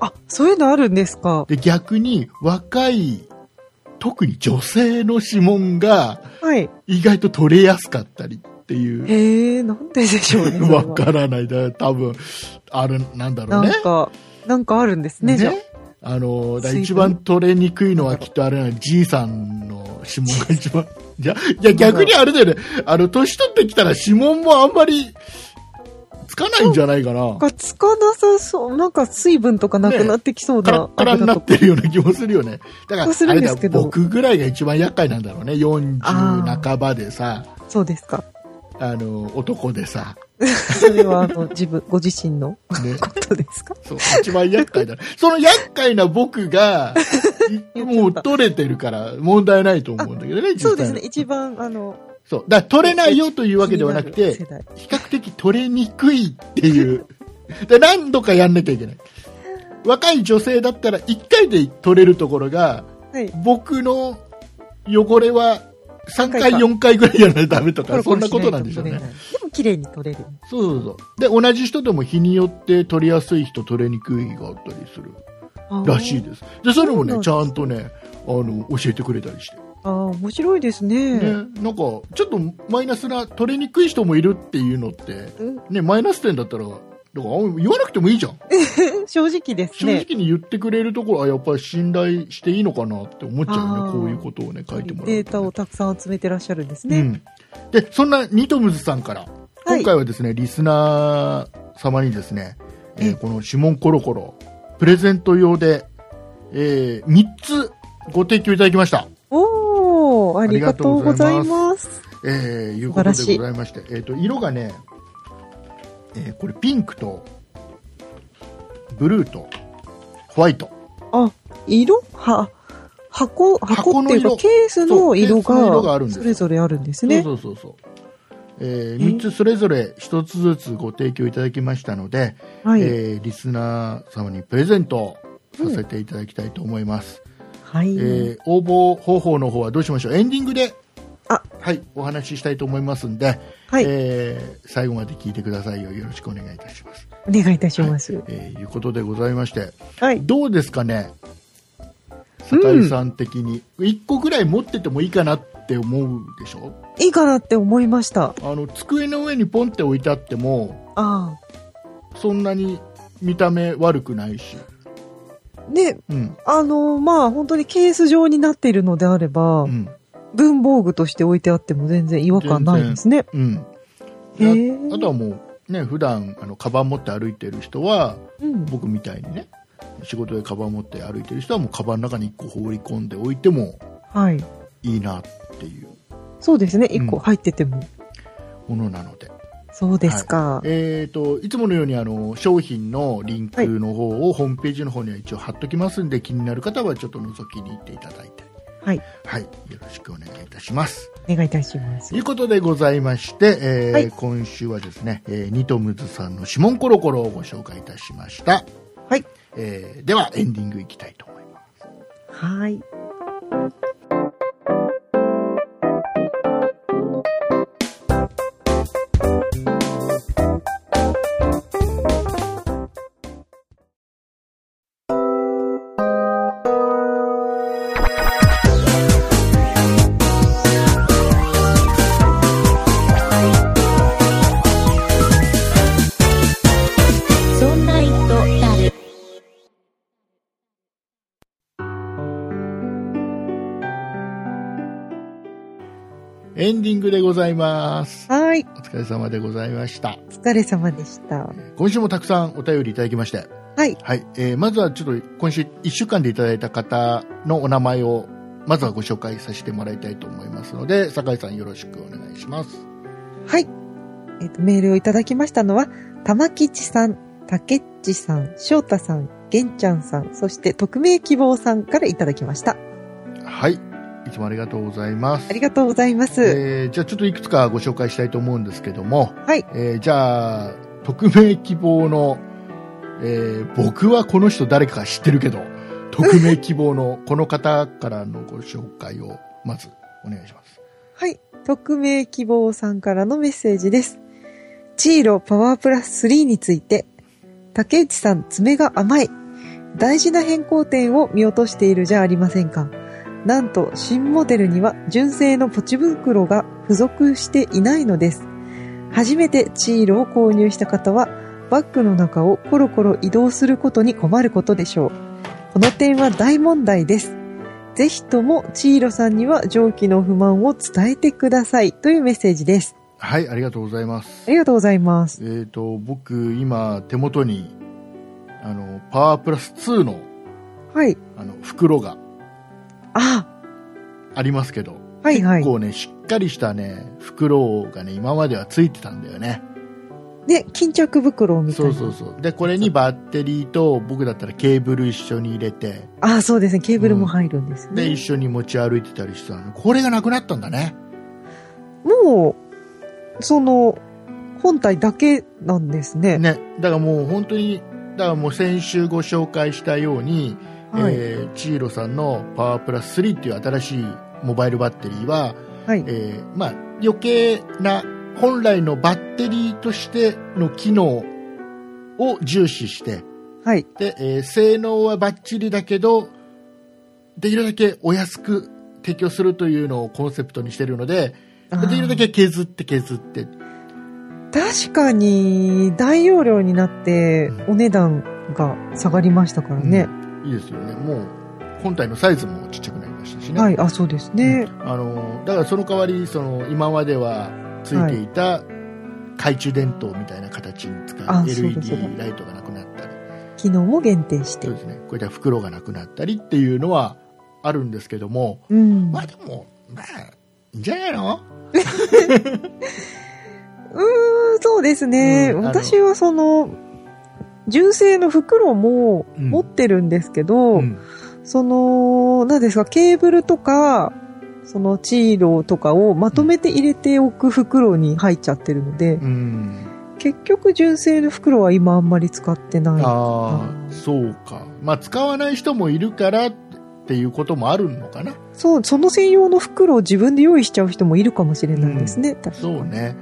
あ、そういうのあるんですか。で、逆に若い、特に女性の指紋がはい。意外と取れやすかったりっていう。へえ、なんででしょうね。それは わからないだ。多分、ある、なんだろうね。なんか、なんかあるんですね、じゃあ。あの、だ水分一番取れにくいのはきっとあれなの、じいさんの指紋が一番。 じゃ、いや逆にあれだよね。あの、年取ってきたら指紋もあんまり、つかないんじゃないかな。なんかつかなさそう、なんか水分とかなくなってきそうカラなッカラにな油っとてるような気もするよね。だかそうすら、あるれだんですけ、ど僕ぐらいが一番厄介なんだろうね。あ40ー半ばでさ、そうですか。あの、男でさ、それは、あの、自分、ご自身の ね、ことですかそう、一番厄介だ。その厄介な僕 が、いもう取れてるから問題ないと思うんだけどね、実際そうですね。一番、あの、そう。だから取れないよというわけではなく気てに、る世代比較的取れにくいっていう。 で、何度かやんなきゃいけない。若い女性だったら1回で取れるところが、はい。僕の汚れは3回、4回ぐらいやらないとダメとコか、ロそコんロなしいことなんでしょう取ねれ。ないでも綺麗に取れる。そうそうそう。で、同じ人でも日によって取りやすい人、取れにくい日があったりするらしいです。で、それもね、ちそうゃなんんですとね、あの、教えてくれたりして。あーあー、面白いですね。ね、なんか、ちょっとマイナスな、取れにくい人もいるっていうのって、うんね、マイナス点だったら、だからあ言わなくてもいいじゃん。正直です正ね。直に言ってくれるところは、あやっぱり信頼していいのかなって思っちゃうあね。ーこういうことをね、書いてもらうとね、データをたくさん集めてらっしゃるんですうね。ん、でそんなニトムズさんから、はい今回はですねリスナー様にですね、えーえこの指紋コロコロプレゼント用で、え3つご提供いただきました。おお、ありがとうございます。えーいうこと素晴らしでいございまして、えー、と色がね、えーこれピンクとブルーとホワイトあ、色は、箱、箱っていう箱の色か、ケースのそう色ケースの色があがるんですよそれぞれあるんですね。そうそうそうそう、え3つそれぞれ1つずつご提供いただきましたので、はい、えーリスナー様にプレゼントをさせていただきたいと思います、はい、えー応募方法の方はどうしましょうエンディングであはい、お話ししたいと思いますんで、はい、えー最後まで聞いてくださいよよろしくお願いいたしますお願いいたします。えーいうことでございましてはい。どうですかねうん酒井さん的に、1個ぐらい持っててもいいかなって思うでしょいいかなって思いました。あの机の上にポンって置いてあってもあそんなに見た目悪くないし、あ。で、うんあのーまあ、本当にケース状になっているのであれば、うん文房具として置いてあっても全然違和感ないですね。うん、へ然え。あとはもうね普段あのカバン持って歩いてる人はうん。僕みたいにね仕事でカバン持って歩いてる人はもうカバンの中に1個放り込んでおいてもはい。いいなっていうそうですね。うん一個入ってても。ものなので、そうですか。えー、といつものようにあの商品のリンクの方をホームページの方には一応貼っときますんで、気になる方はちょっと覗きに行っていただいて、はい。はい、よろしくお願いいたします。お願いいたしますとい。うことでございまして、えーはい今週はですね、えーニトムズさんの指紋コロコロをご紹介いたしました。はい。えーではエンディングいきたいと思いますはい。そんな糸だる。エンディングでございますはい。お疲れ様でございましたお疲れ様でした。今週もたくさんお便りいただきましてはい。はい、えーまずはちょっと今週1週間でいただいた方のお名前をまずはご紹介させてもらいたいと思いますので酒井さんよろしくお願いしますはい。えっ、と、メールをいただきましたのは、玉吉さん、竹っちさん、翔太さん、玄ちゃんさん、そして匿名希望さんからいただきました。はいいつもありがとうございますありがとうございます。えーじゃあちょっといくつかご紹介したいと思うんですけども、はいえーじゃあ匿名希望の、えー僕はこの人誰か知ってるけど匿名希望のこの方からのご紹介をまずお願いします はい。匿名希望さんからのメッセージです。チーロパワープラス3について、竹内さん爪が甘い。大事な変更点を見落としているじゃありませんか。なんと新モデルには純正のポチ袋が付属していないのです。初めてチーロを購入した方は、バッグの中をコロコロ移動することに困ることでしょう。この点は大問題です。ぜひともチーロさんには上記の不満を伝えてくださいというメッセージです。はいありがとうございますありがとうございます。えー、と僕、今、手元にあのパワープラス2のはい。あの袋があ、ありますけど、はいはい結。構ね、しっかりした、ね、袋がね今まではついてたんだよね、ね、巾着袋みたいそな。うそうそうでこれにバッテリーと僕だったらケーブル一緒に入れてあ、そうですね。ケーブルも入るんですでね一。緒に持ち歩いてたりしてたのこれがなくなったんだねもう、その、本体だけなんですね。ねだからもう本当にだからもう先週ご紹介したように、はい。えーチーロさんのパワープラス3っていう新しいモバイルバッテリーははい。えーまあ、余計な本来のバッテリーとしての機能を重視してはい。で、えー性能はバッチリだけどできるだけお安く提供するというのをコンセプトにしているのであーできるだけ削って削って確かに、大容量になって、うお値段が下がりましたからね。いいですよねもう本体のサイズもちっちゃくなりましたしね、はい。あ、そうですね。あのだからその代わりその今まではついていた懐中電灯みたいな形に使あうそうだそうだ LED ライトがなくなったり機能も限定してそう。ですねこういった袋がなくなったりっていうのはあるんですけどもうん。まあでもまあいいんじゃないのうーん、そうですね。うんあの私はその、純正の袋もうん持ってるんですけど、うんその、何ですか、ケーブルとか、そのチーローとかをまとめて入れておく袋に入っちゃってるので、うん結局純正の袋は今あんまり使ってない。ああそうかまあ使わない人もいるからっていうこともあるのかなそう、その専用の袋を自分で用意しちゃう人もいるかもしれないですね。確かそうね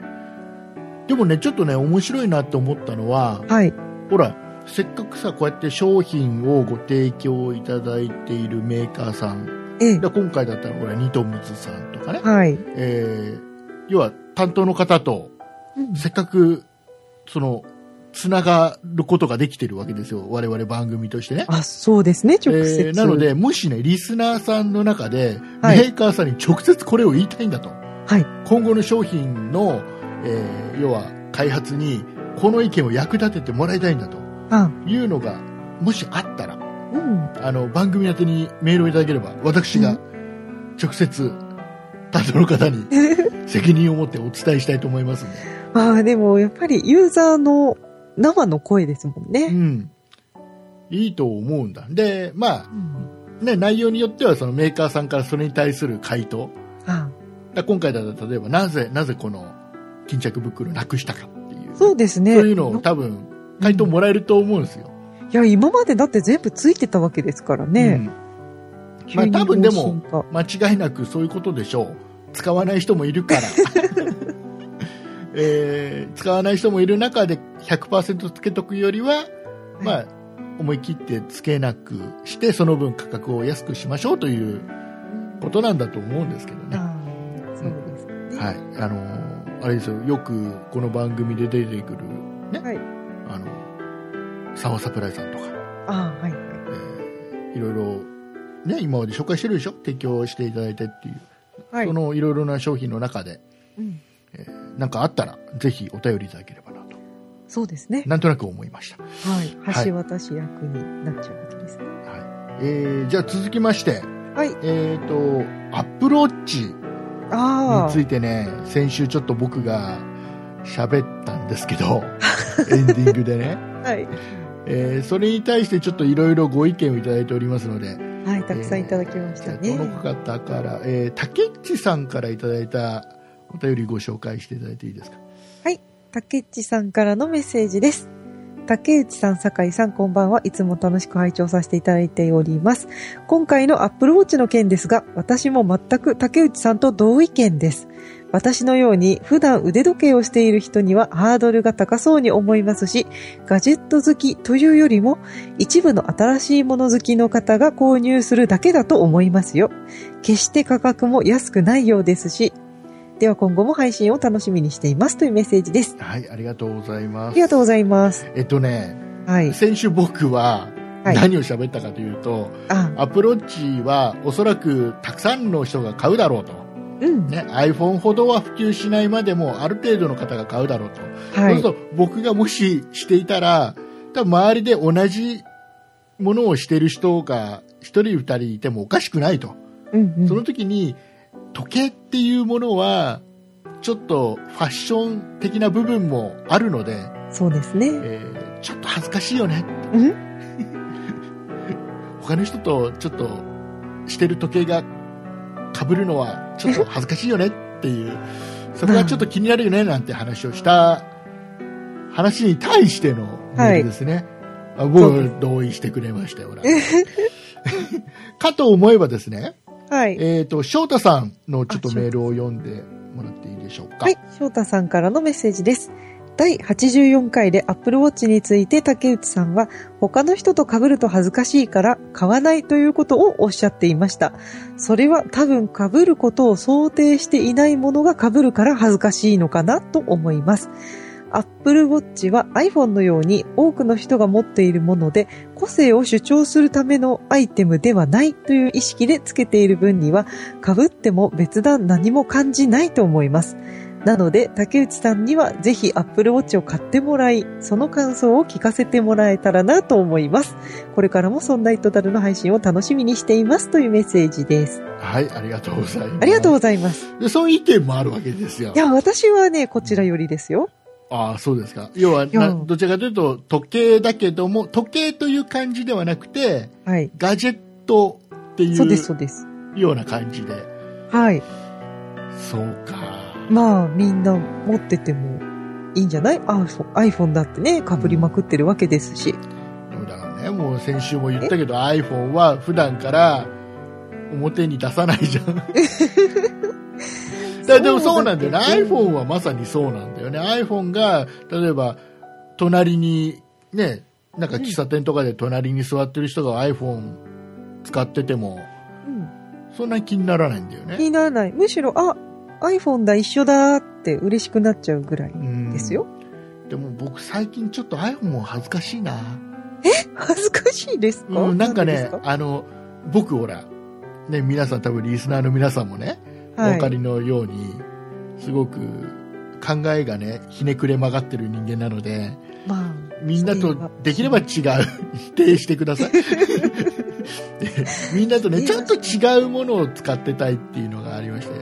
でもねちょっとね面白いなって思ったのははい。ほら、せっかくさ、こうやって商品をご提供いただいているメーカーさん、ええ。で今回だったら、ほら、ニトミズさんとかね、はい。えー要は担当の方と、せっかく、その、つながることができてるわけですよ、我々番組としてね。あ、そうですね、え直接。ーなので、もしね、リスナーさんの中で、はいメーカーさんに直接これを言いたいんだと。はい。今後の商品の、えー要は開発に、この意見を役立ててもらいたいんだと。あ、いうのがもしあったらうん。あの番組宛てにメールをいただければ私うが直接担当の方に責任を持ってお伝えしたいと思いますんで、ああ、でもやっぱりユーザーの生の声ですもんうね。ん、いいと思うんだでまうん。あ、ね、内容によってはそのメーカーさんからそれに対する回答あだ今回だと例えばなぜなぜこの巾着袋なくしたかっていうそうですね。そういうのを多分回答もらえると思うんですよ、いや、今までだって全部ついてたわけですからうね。んまあ多分でも急に方針が。間違いなくそういうことでしょう使わない人もいる から、えー使わない人もいる中で100%つけとくよりは、まあ、思い切ってつけなくしてその分価格を安くしましょうということなんだと思うんですけどね、あーそうですね。はいあのーあれですよよくこの番組で出てくるね、はいあのサマーサプライズさんとか、あーはい。えーいろいろ、ね、今まで紹介してるでしょ提供していただいてっていうはい。そのいろいろな商品の中でうん何かあったらぜひお便りいただければなとそうですね。なんとなく思いました、はい。橋渡し役になっちゃうわけですね。はいえーじゃあ続きましてはい。えっ、とアップローチにああ。ついてね先週ちょっと僕が喋ったんですけ どエンディングでね、はい。えーそれに対してちょっといろいろご意見をいただいておりますのではい。たくさんいただきましたえーねこ。の方から、えー、竹内さんからいただいたお便りご紹介していただいていいですか竹内さんからのメッセージです。竹内さん、酒井さん、こんばんは。いつも楽しく拝聴させていただいております。今回のアップルウォッチの件ですが、私も全く竹内さんと同意見です。私のように普段腕時計をしている人にはハードルが高そうに思いますし、ガジェット好きというよりも、一部の新しいもの好きの方が購入するだけだと思いますよ。決して価格も安くないようですし、では今後も配信を楽しみにしていますというメッセージです。はいありがとうございまあすりがとうございます。えっとねはい。先週僕ははい何を喋ったかというと、あ、アプローチはおそらくたくさんの人が買うだろうと、うん。ね、iPhone ほどは普及しないまでもある程度の方が買うだろうと、はそうい。すると僕がもししていたら多分周りで同じものをしている人が1人2人いてもおかしくないと、うん、うそん。の時に時計っていうものはちょっとファッション的な部分もあるので、そうですね。えーちょっと恥ずかしいよねうん。 他の人とちょっとしてる時計が被るのはちょっと恥ずかしいよねっていう そこがちょっと気になるよねなんて話をした話に対してのメールですね、あ僕そうで 同意してくれましたよほらかと思えばですねはい。えっ、と、翔太さんのちょっとあメールを読んでもらっていいでしょうか。はい。翔太さんからのメッセージです。第84回で Apple Watch について竹内さんは他の人と被ると恥ずかしいから買わないということをおっしゃっていました。それは多分被ることを想定していないものが被るから恥ずかしいのかなと思います。Apple Watch は iPhone のように多くの人が持っているもので個性を主張するためのアイテムではないという意識でつけている分には被っても別段何も感じないと思います。なので、竹内さんにはぜひ Apple Watch を買ってもらい、その感想を聞かせてもらえたらなと思います。これからもそんな糸だるの配信を楽しみにしていますというメッセージです。はい、ありがとうございます。ありがとうごうざいます。でそういう意見もあるわけですよい。や、私はね、こちらよりですよ。ああ、そうですか。要はな、うんどちらかというと、時計だけども、時計という感じではなくて、はい。ガジェットっていそうです、そううです。ような感じで。はい。そうか。まあ、みんな持っててもいいんじゃないあそう ?iPhone だってね、被りまくってるわけですし。でもだからね、もう先週も言ったけど、iPhone は普段から表に出さない じゃん。だからでもそうなんだよね。そうだけど iPhone はまさにそうなんだよね。iPhone が、例えば、隣に、ね、なんか喫茶店とかで隣に座ってる人が iPhone 使ってても、うん、そんな気にならないんだよ気ね。にならない。むしろ、あ、iPhone だ、一緒だって嬉しくなっちゃうぐらいうんですよ。。でも僕最近ちょっと iPhone も恥ずかしいな。恥ずかしいですか、うん、なんかででねす、かあの、僕ほら、ね、皆さん多分リスナーの皆さんもね、おはい、分かりのようにすごく考えがねひねくれ曲がってる人間なのでまあ、みんなとできれば違う 否定してくだ さいみんなとねちょっと違うものを使ってたいっていうのがありまして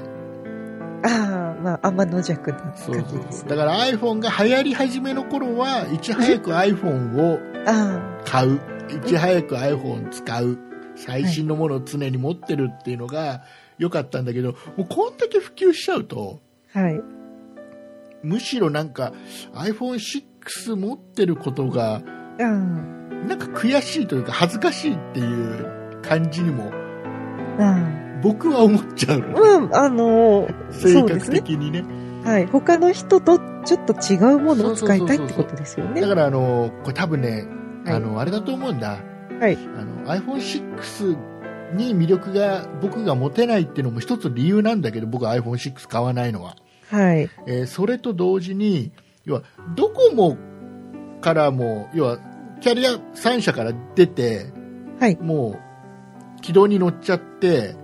ああ、まあ、天の弱な感じそうそうでそすうだね。から iPhone が流行り始めの頃はいち早く iPhone をあ買ういち早く iPhone 使う最新のものを常に持ってるっていうのが良かったんだけどもうこんだけ普及しちゃうとあ、はい。むしろなんか iPhone6 持ってることがああ、なんか悔しいというか恥ずかしいっていう感じにもあ僕は思っちゃうあ。のまあ、あのー性そうです格ね。的にねはい。他の人とちょっと違うものを使いたいってことですよねだ。からあのこれ多分ね、はいあのあれだと思うんだ、はいあの iPhone6 に魅力が僕が持てないっていうのも一つ理由なんだけど僕は iPhone6 買わないのは、はい。えーそれと同時に要はドコモからも要はキャリア3社から出てはい。もう軌道に乗っちゃって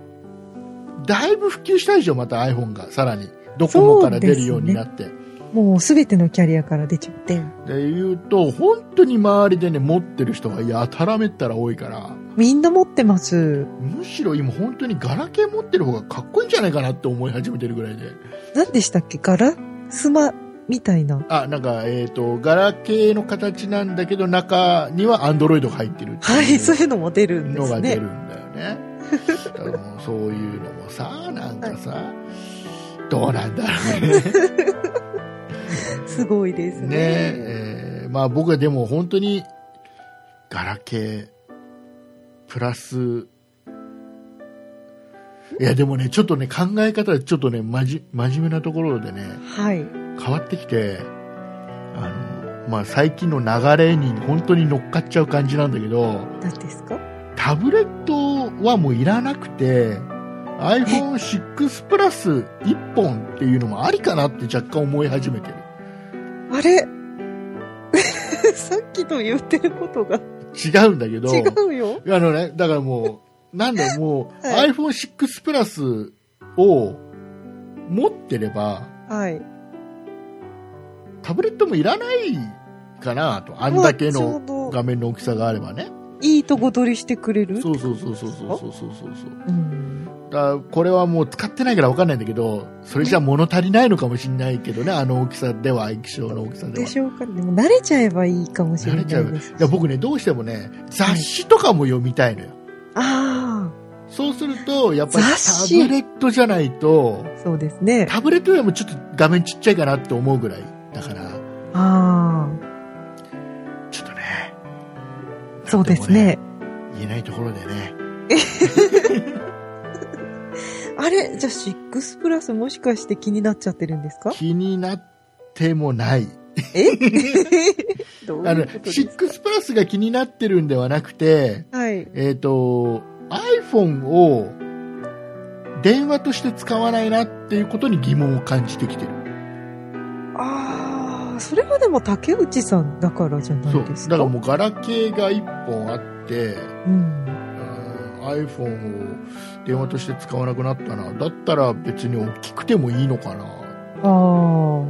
だいぶ普及したでしょまた iPhone がさらにドコモから出るようになって。もうすべてのキャリアから出ちゃって。で言うと本当に周りでね持ってる人がやたらめったら多いからみんな持ってます。むしろ今本当にガラケー持ってる方がかっこいいんじゃないかなって思い始めてるぐらいで何でしたっけ柄スマみたいな。あなんかえっ、とガラケーの形なんだけど中にはアンドロイドが入ってるっていうはい。そういうのも出るんでのすがね出。るんだよね。 だからもうそういうのもさ、なんかさ、どうなんだろすごいですうね。ね。ねえーまあ僕はでも本当に、ガラケー、プラス、いやでもね、ちょっとね、考え方、ちょっとね、まじ、真面目なところでね、はい。変わってきて、あの、まあ最近の流れに本当に乗っかっちゃう感じなんだけど、何ですかタブレットはもういらなくて iPhone6 プラス1本っていうのもありかなって若干思い始めてるあれ さっきと言ってることが違うんだけど違うよ。あのねだからもうなんだもう、 はい iPhone6 プラスを持ってればはい。タブレットもいらないかなとあんだけもうのちょうど画面の大きさがあればねいいとこ取りしてくれるそうそうそうそうそうそうそうそううん。だからこれはもう使ってないから分かんないんだけどそれじゃ物足りないのかもしれないけどねあの大きさでは液晶の大きさでではしょうかね。でも慣れちゃえばいいかもしれ慣なれいちゃうでいす。や僕ねどうしてもね雑誌とかも読みたいのよあそうするとやっぱり雑タ誌ブレットじゃないとあ、そうですね。タブレットよりもちょっと画面ちっちゃいかなって思うぐらいだからあちょっとねあ、そうですね。言えないところでねあれじゃあ6プラスもしかして気になっちゃってるんですか気になってもない。えどうあいの、うことですか6プラスが気になってるんではなくて、はい。えっ、と、iPhone を電話として使わないなっていうことに疑問を感じてきてる。ああ、それはでも竹内さんだからじゃなそう。いだですかか。らもうガラケーが1本あって、ううん。ん iPhone を電話として使わなくなったな。だったら別に大きくてもいいのかな。あ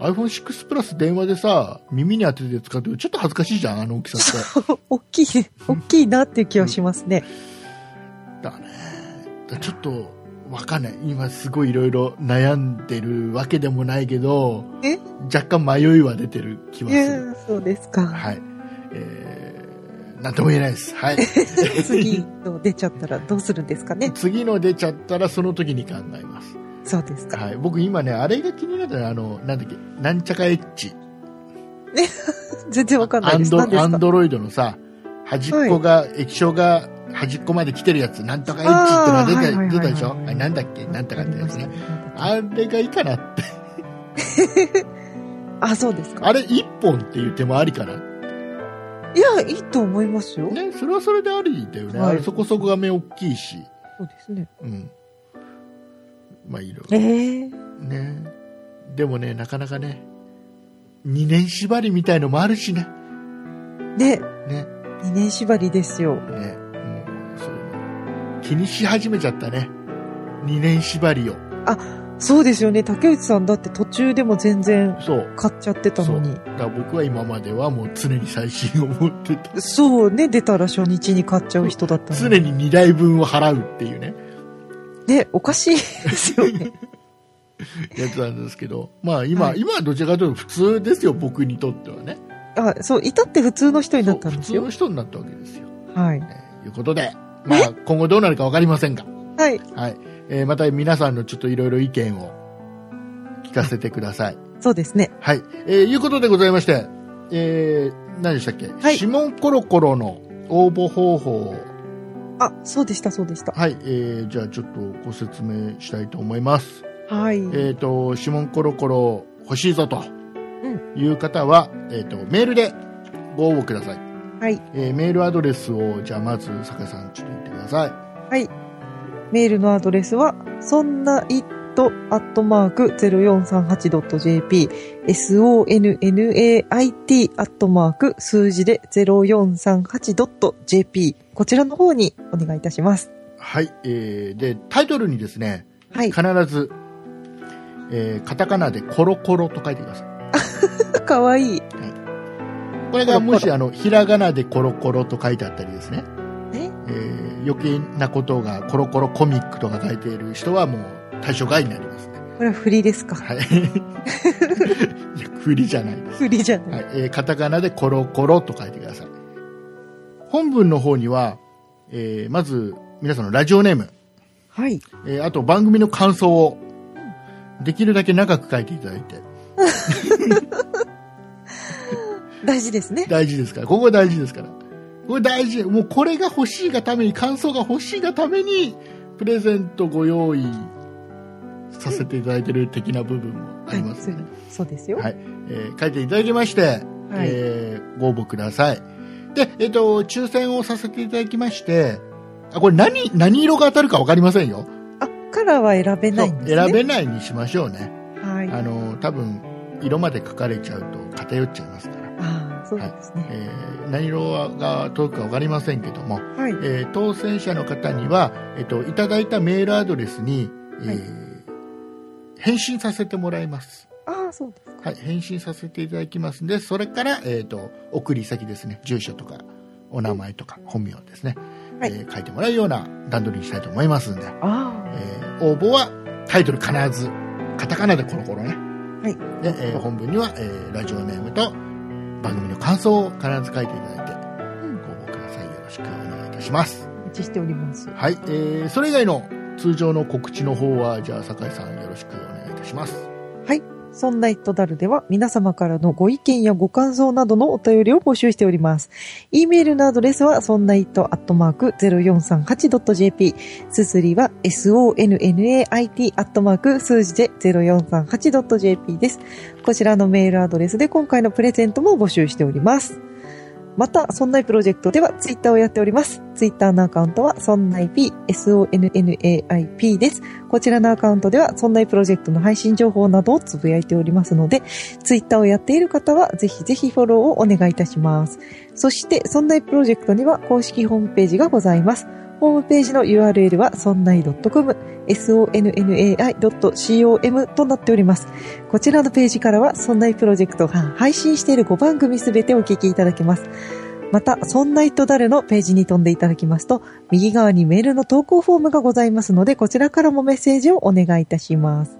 iPhone6 プラス電話でさ、耳に当てて使うとちょっと恥ずかしいじゃん、あの大きさって。あ、大きい、大きいなっていう気はしますね。だね。だちょっと、わかんない。今すごいいろいろ悩んでるわけでもないけどえ、若干迷いは出てる気はいすやる。ーそうですか。はい。えー、なんとも言えないです。 はい。次の出ちゃったらどうするんですかね。次の出ちゃったらその時に考えます。そうですか。はい。僕今ね、あれが気になったのあの、なんだっけ、なんちゃかエッジ。全然わかんなアいでンす。ド、何ですアかンドロイドのさ、端っこが、液晶が端っこまで来てるやつ、なんとかエッジってのが出あーはいはいはいた、はい出たでしょあれなんだっけなんとかってやつね。あれがいいかなって。あ、そうですか。あれ一本っていう手もありかな。いや、いいと思いますよ。ね、それはそれでありだよね。はいあれそこそこが目大きいし。そうですね。うん。まあいろいろ。ええね。でもね、なかなかね、2年縛りみたいのもあるしね。ね、ね。二年縛りですよ。ね。もう、そういうの気にし始めちゃったね。2年縛りを。そうですよね。竹内さんだって途中でも全然そう。買っちゃってたそのう。にだ。から僕は今まではもう常に最新を持ってた。そうね、出たら初日に買っちゃう人だったの常に。に2台分を払うっていうね、ね、おかしいですよね。やつなんですけど。まあ今、はい今はどちらかというと普通ですよ、僕にとってはね。あ、そう、いたって普通の人になそうったん普です通よの。人になったわけですよ。はい。ということで、まあ、今後どうなるかわかりませんが、はい。はいえーまた皆さんのちょっといろいろ意見を聞かせてください。そうですね。はい。えーいうことでございまして、えー何でしたっけ、はい指紋コロコロの応募方法を、あ、そうでした、そうでした。はい、えーじゃあちょっとご説明したいと思います。はい。えっ、と、指紋コロコロ欲しいぞとんいう方は、えっ、と、メールでご応募ください。はい。えーメールアドレスを、じゃあまず、坂さん、ちょっと言ってください。はい。メールのアドレスは、そんな it アットマーク 0438.jp、sonnait アットマーク数字で 0438.jp、こちらの方にお願いいたします。はい、えーで、タイトルにですね、はい。必ず、えーカタカナでコロコロと書いてください。かわいい。これがもコし、あの、ひらがなでコロコロと書いてあったりですね、ええー余計なことがコロコロコミックとか書いている人はもう対象外になりますね。これは振りですかはい。 いや、振りじゃないです。振りじゃはない。い、えーカタカナでコロコロと書いてください。本文の方には、えーまず、皆さんのラジオネーム、はい。えーあと番組の感想をできるだけ長く書いていただいて大事ですね。大事ですからここ大事ですからこれ大事もうこれが欲しいがために感想が欲しいがためにプレゼントご用意させていただいてる的な部分もありますね、はいそうそうですよ。はいえー書いていただきまして、はいえーご応募くださいで、えっと抽選をさせていただきましてあこれ何何色が当たるか分かりませんよあ、カラーは選べないんですね。そう選べないにしましょうねはい。ああの多分色まで書かれちゃうと偏っちゃいますから、あー、そうですね。えー何色が届くか分かりませんけども、はい。えー当選者の方には、えっといただいたメールアドレスに、えーはい返信させてもらいます、ああ、そうですか。はい、返信させていただきますんでそれから、えー、と送り先ですね住所とかお名前とか本名ですね、はいえー書いてもらうような段取りにしたいと思いますんで、ああ。えー応募はタイトル必ずカタカナでコロコロねはい。で、えー本文には、えーラジオネームと番組の感想を必ず書いていただいてうんご応募くださいよろしくお願いいたしますお待ちしております。はい、えーそれ以外の通常の告知の方はじゃあ酒井さんよろしくお願いいたしますはい。そんなイットダルでは皆様からのご意見やご感想などのお便りを募集しております。e メールのアドレスはそんな it.0438.jp すすりは sonnait アットマーク数字で 0438.jp です。こちらのメールアドレスで今回のプレゼントも募集しております。また、そんないプロジェクトではツイッターをやっております。ツイッターのアカウントは、そんない p、sonnaip です。こちらのアカウントでは、そんないプロジェクトの配信情報などをつぶやいておりますので、ツイッターをやっている方は、ぜひぜひフォローをお願いいたします。そして、そんないプロジェクトには公式ホームページがございます。ホームページの URL は、そんない .com、sonnai.com となっております。こちらのページからは、そんないプロジェクトが配信している5番組すべてお聞きいただけます。また、そんないと誰のページに飛んでいただきますと、右側にメールの投稿フォームがございますので、こちらからもメッセージをお願いいたします。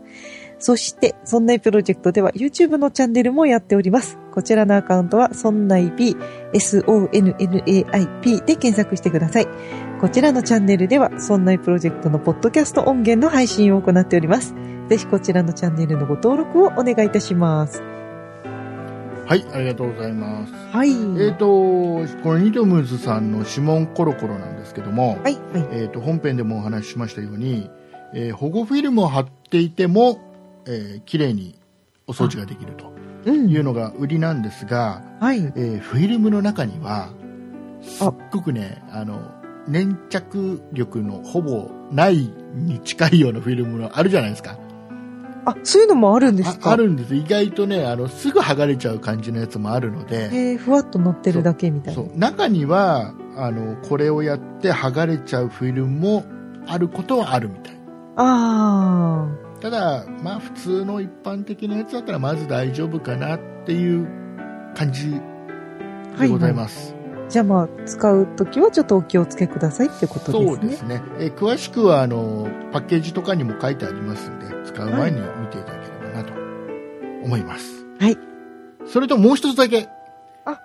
そして、そんないプロジェクトでは YouTube のチャンネルもやっております。こちらのアカウントは、そんない P、sonnaip で検索してください。こちらのチャンネルでは、そんないプロジェクトのポッドキャスト音源の配信を行っております。ぜひこちらのチャンネルのご登録をお願いいたします。はい、ありがとうございます。はい。えっ、と、このニトムズさんの指紋コロコロなんですけども、はい、はい。えっ、と、本編でもお話ししましたように、えー保護フィルムを貼っていても、えー、綺麗にお掃除ができるとうんいうのが売りなんですが、はい。えーフィルムの中には、すっごくね、あの、粘着力のほぼないに近いようなフィルムのあるじゃないですか。あ、そういうのもあるんですあかあ。るんです。意外とね、あの、すぐ剥がれちゃう感じのやつもあるので、えー、ふわっと乗ってるだけみたいそな。う中にはあのこれをやって剥がれちゃうフィルムもあることはあるみたいあただまあ普通の一般的なやつだったらまず大丈夫かなっていう感じあ。でございます、はい。じゃあまあ、使うときはちょっとお気をつけくださいってことですね。そうですねえ詳しくはあのパッケージとかにも書いてありますんで使う前に見ていただければなと思いますはいそれともう一つだけあ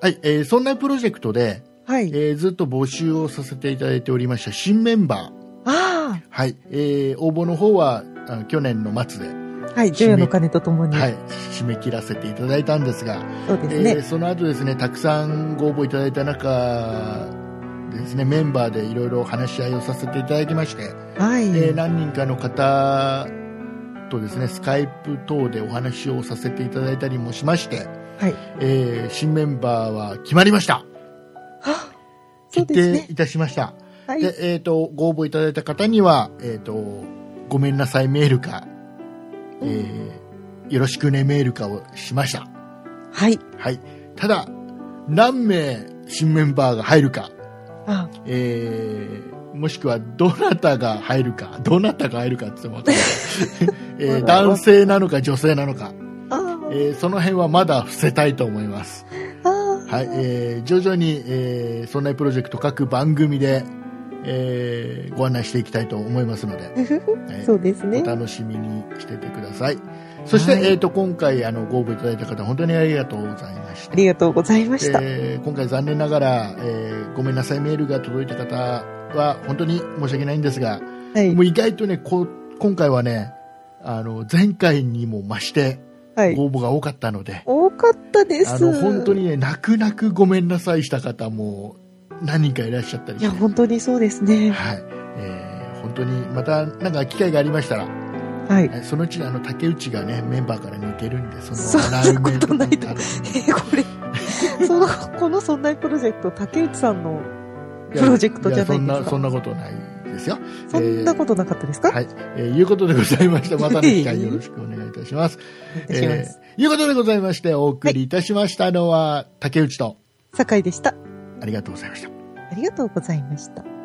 はい、えーそんなプロジェクトで、はい。えーずっと募集をさせていただいておりました新メンバーあはい、えー応募の方はあ去年の末で、あ。はい。除夜の鐘とともに。はい、締め切らせていただいたんですが、そうですえーね。その後ですねたくさんご応募いただいた中ですねメンバーでいろいろ話し合いをさせていただきまして、はい。えー何人かの方とですねスカイプ等でお話をさせていただいたりもしまして、はい。えー新メンバーは決まりましたあそう決です定ね。いたしましたはい。で、えっ、と、ご応募いただいた方には、えっ、と、ごめんなさいメールか、えーよろしくねメールかをしました。はい。はい。ただ、何名新メンバーが入るか、あえーもしくはどなたが入るか、どなたが入るかって言 っても分かんないえー男性なのか女性なのか、あー。えーその辺はまだ伏せたいと思います。あはい、えー徐々に、えー、そんなプロジェクト各番組で、えーご案内していきたいと思いますので、ー。えー そうですねお。楽しみにしててください。そして、はいえー、と今回あのご応募いただいた方本当にありがとうございましあた。りがとうございました。えー今回残念ながら、えーごめんなさいメールが届いた方は本当に申し訳ないんですが、はいも。う意外とねこう今回はねあの前回にも増してはい。ご応募が多かったので、多かったです。あの本当。にね、泣く泣くごめんなさいした方も何人かいらっしゃったりしいて、や、本当にそうですね。はいえー本当にまたなんか機会がありましたら、はい。 えそのうちあの竹内がねメンバーから抜けるんで、そそんなのことないとラウンドとかにあるえーこれ、その、この存在プロジェクト、竹内さんの、 プロジェクトじゃないんですかやそんなそんなことないですよ。そんなことなかったですか、はい、えーいうことでございま して、またの機会よろしくお願いいたします。いたします。ーいうことでございまして、お送りいたしましたのは、竹内と、酒井でした。ありがとうございました。ありがとうございました。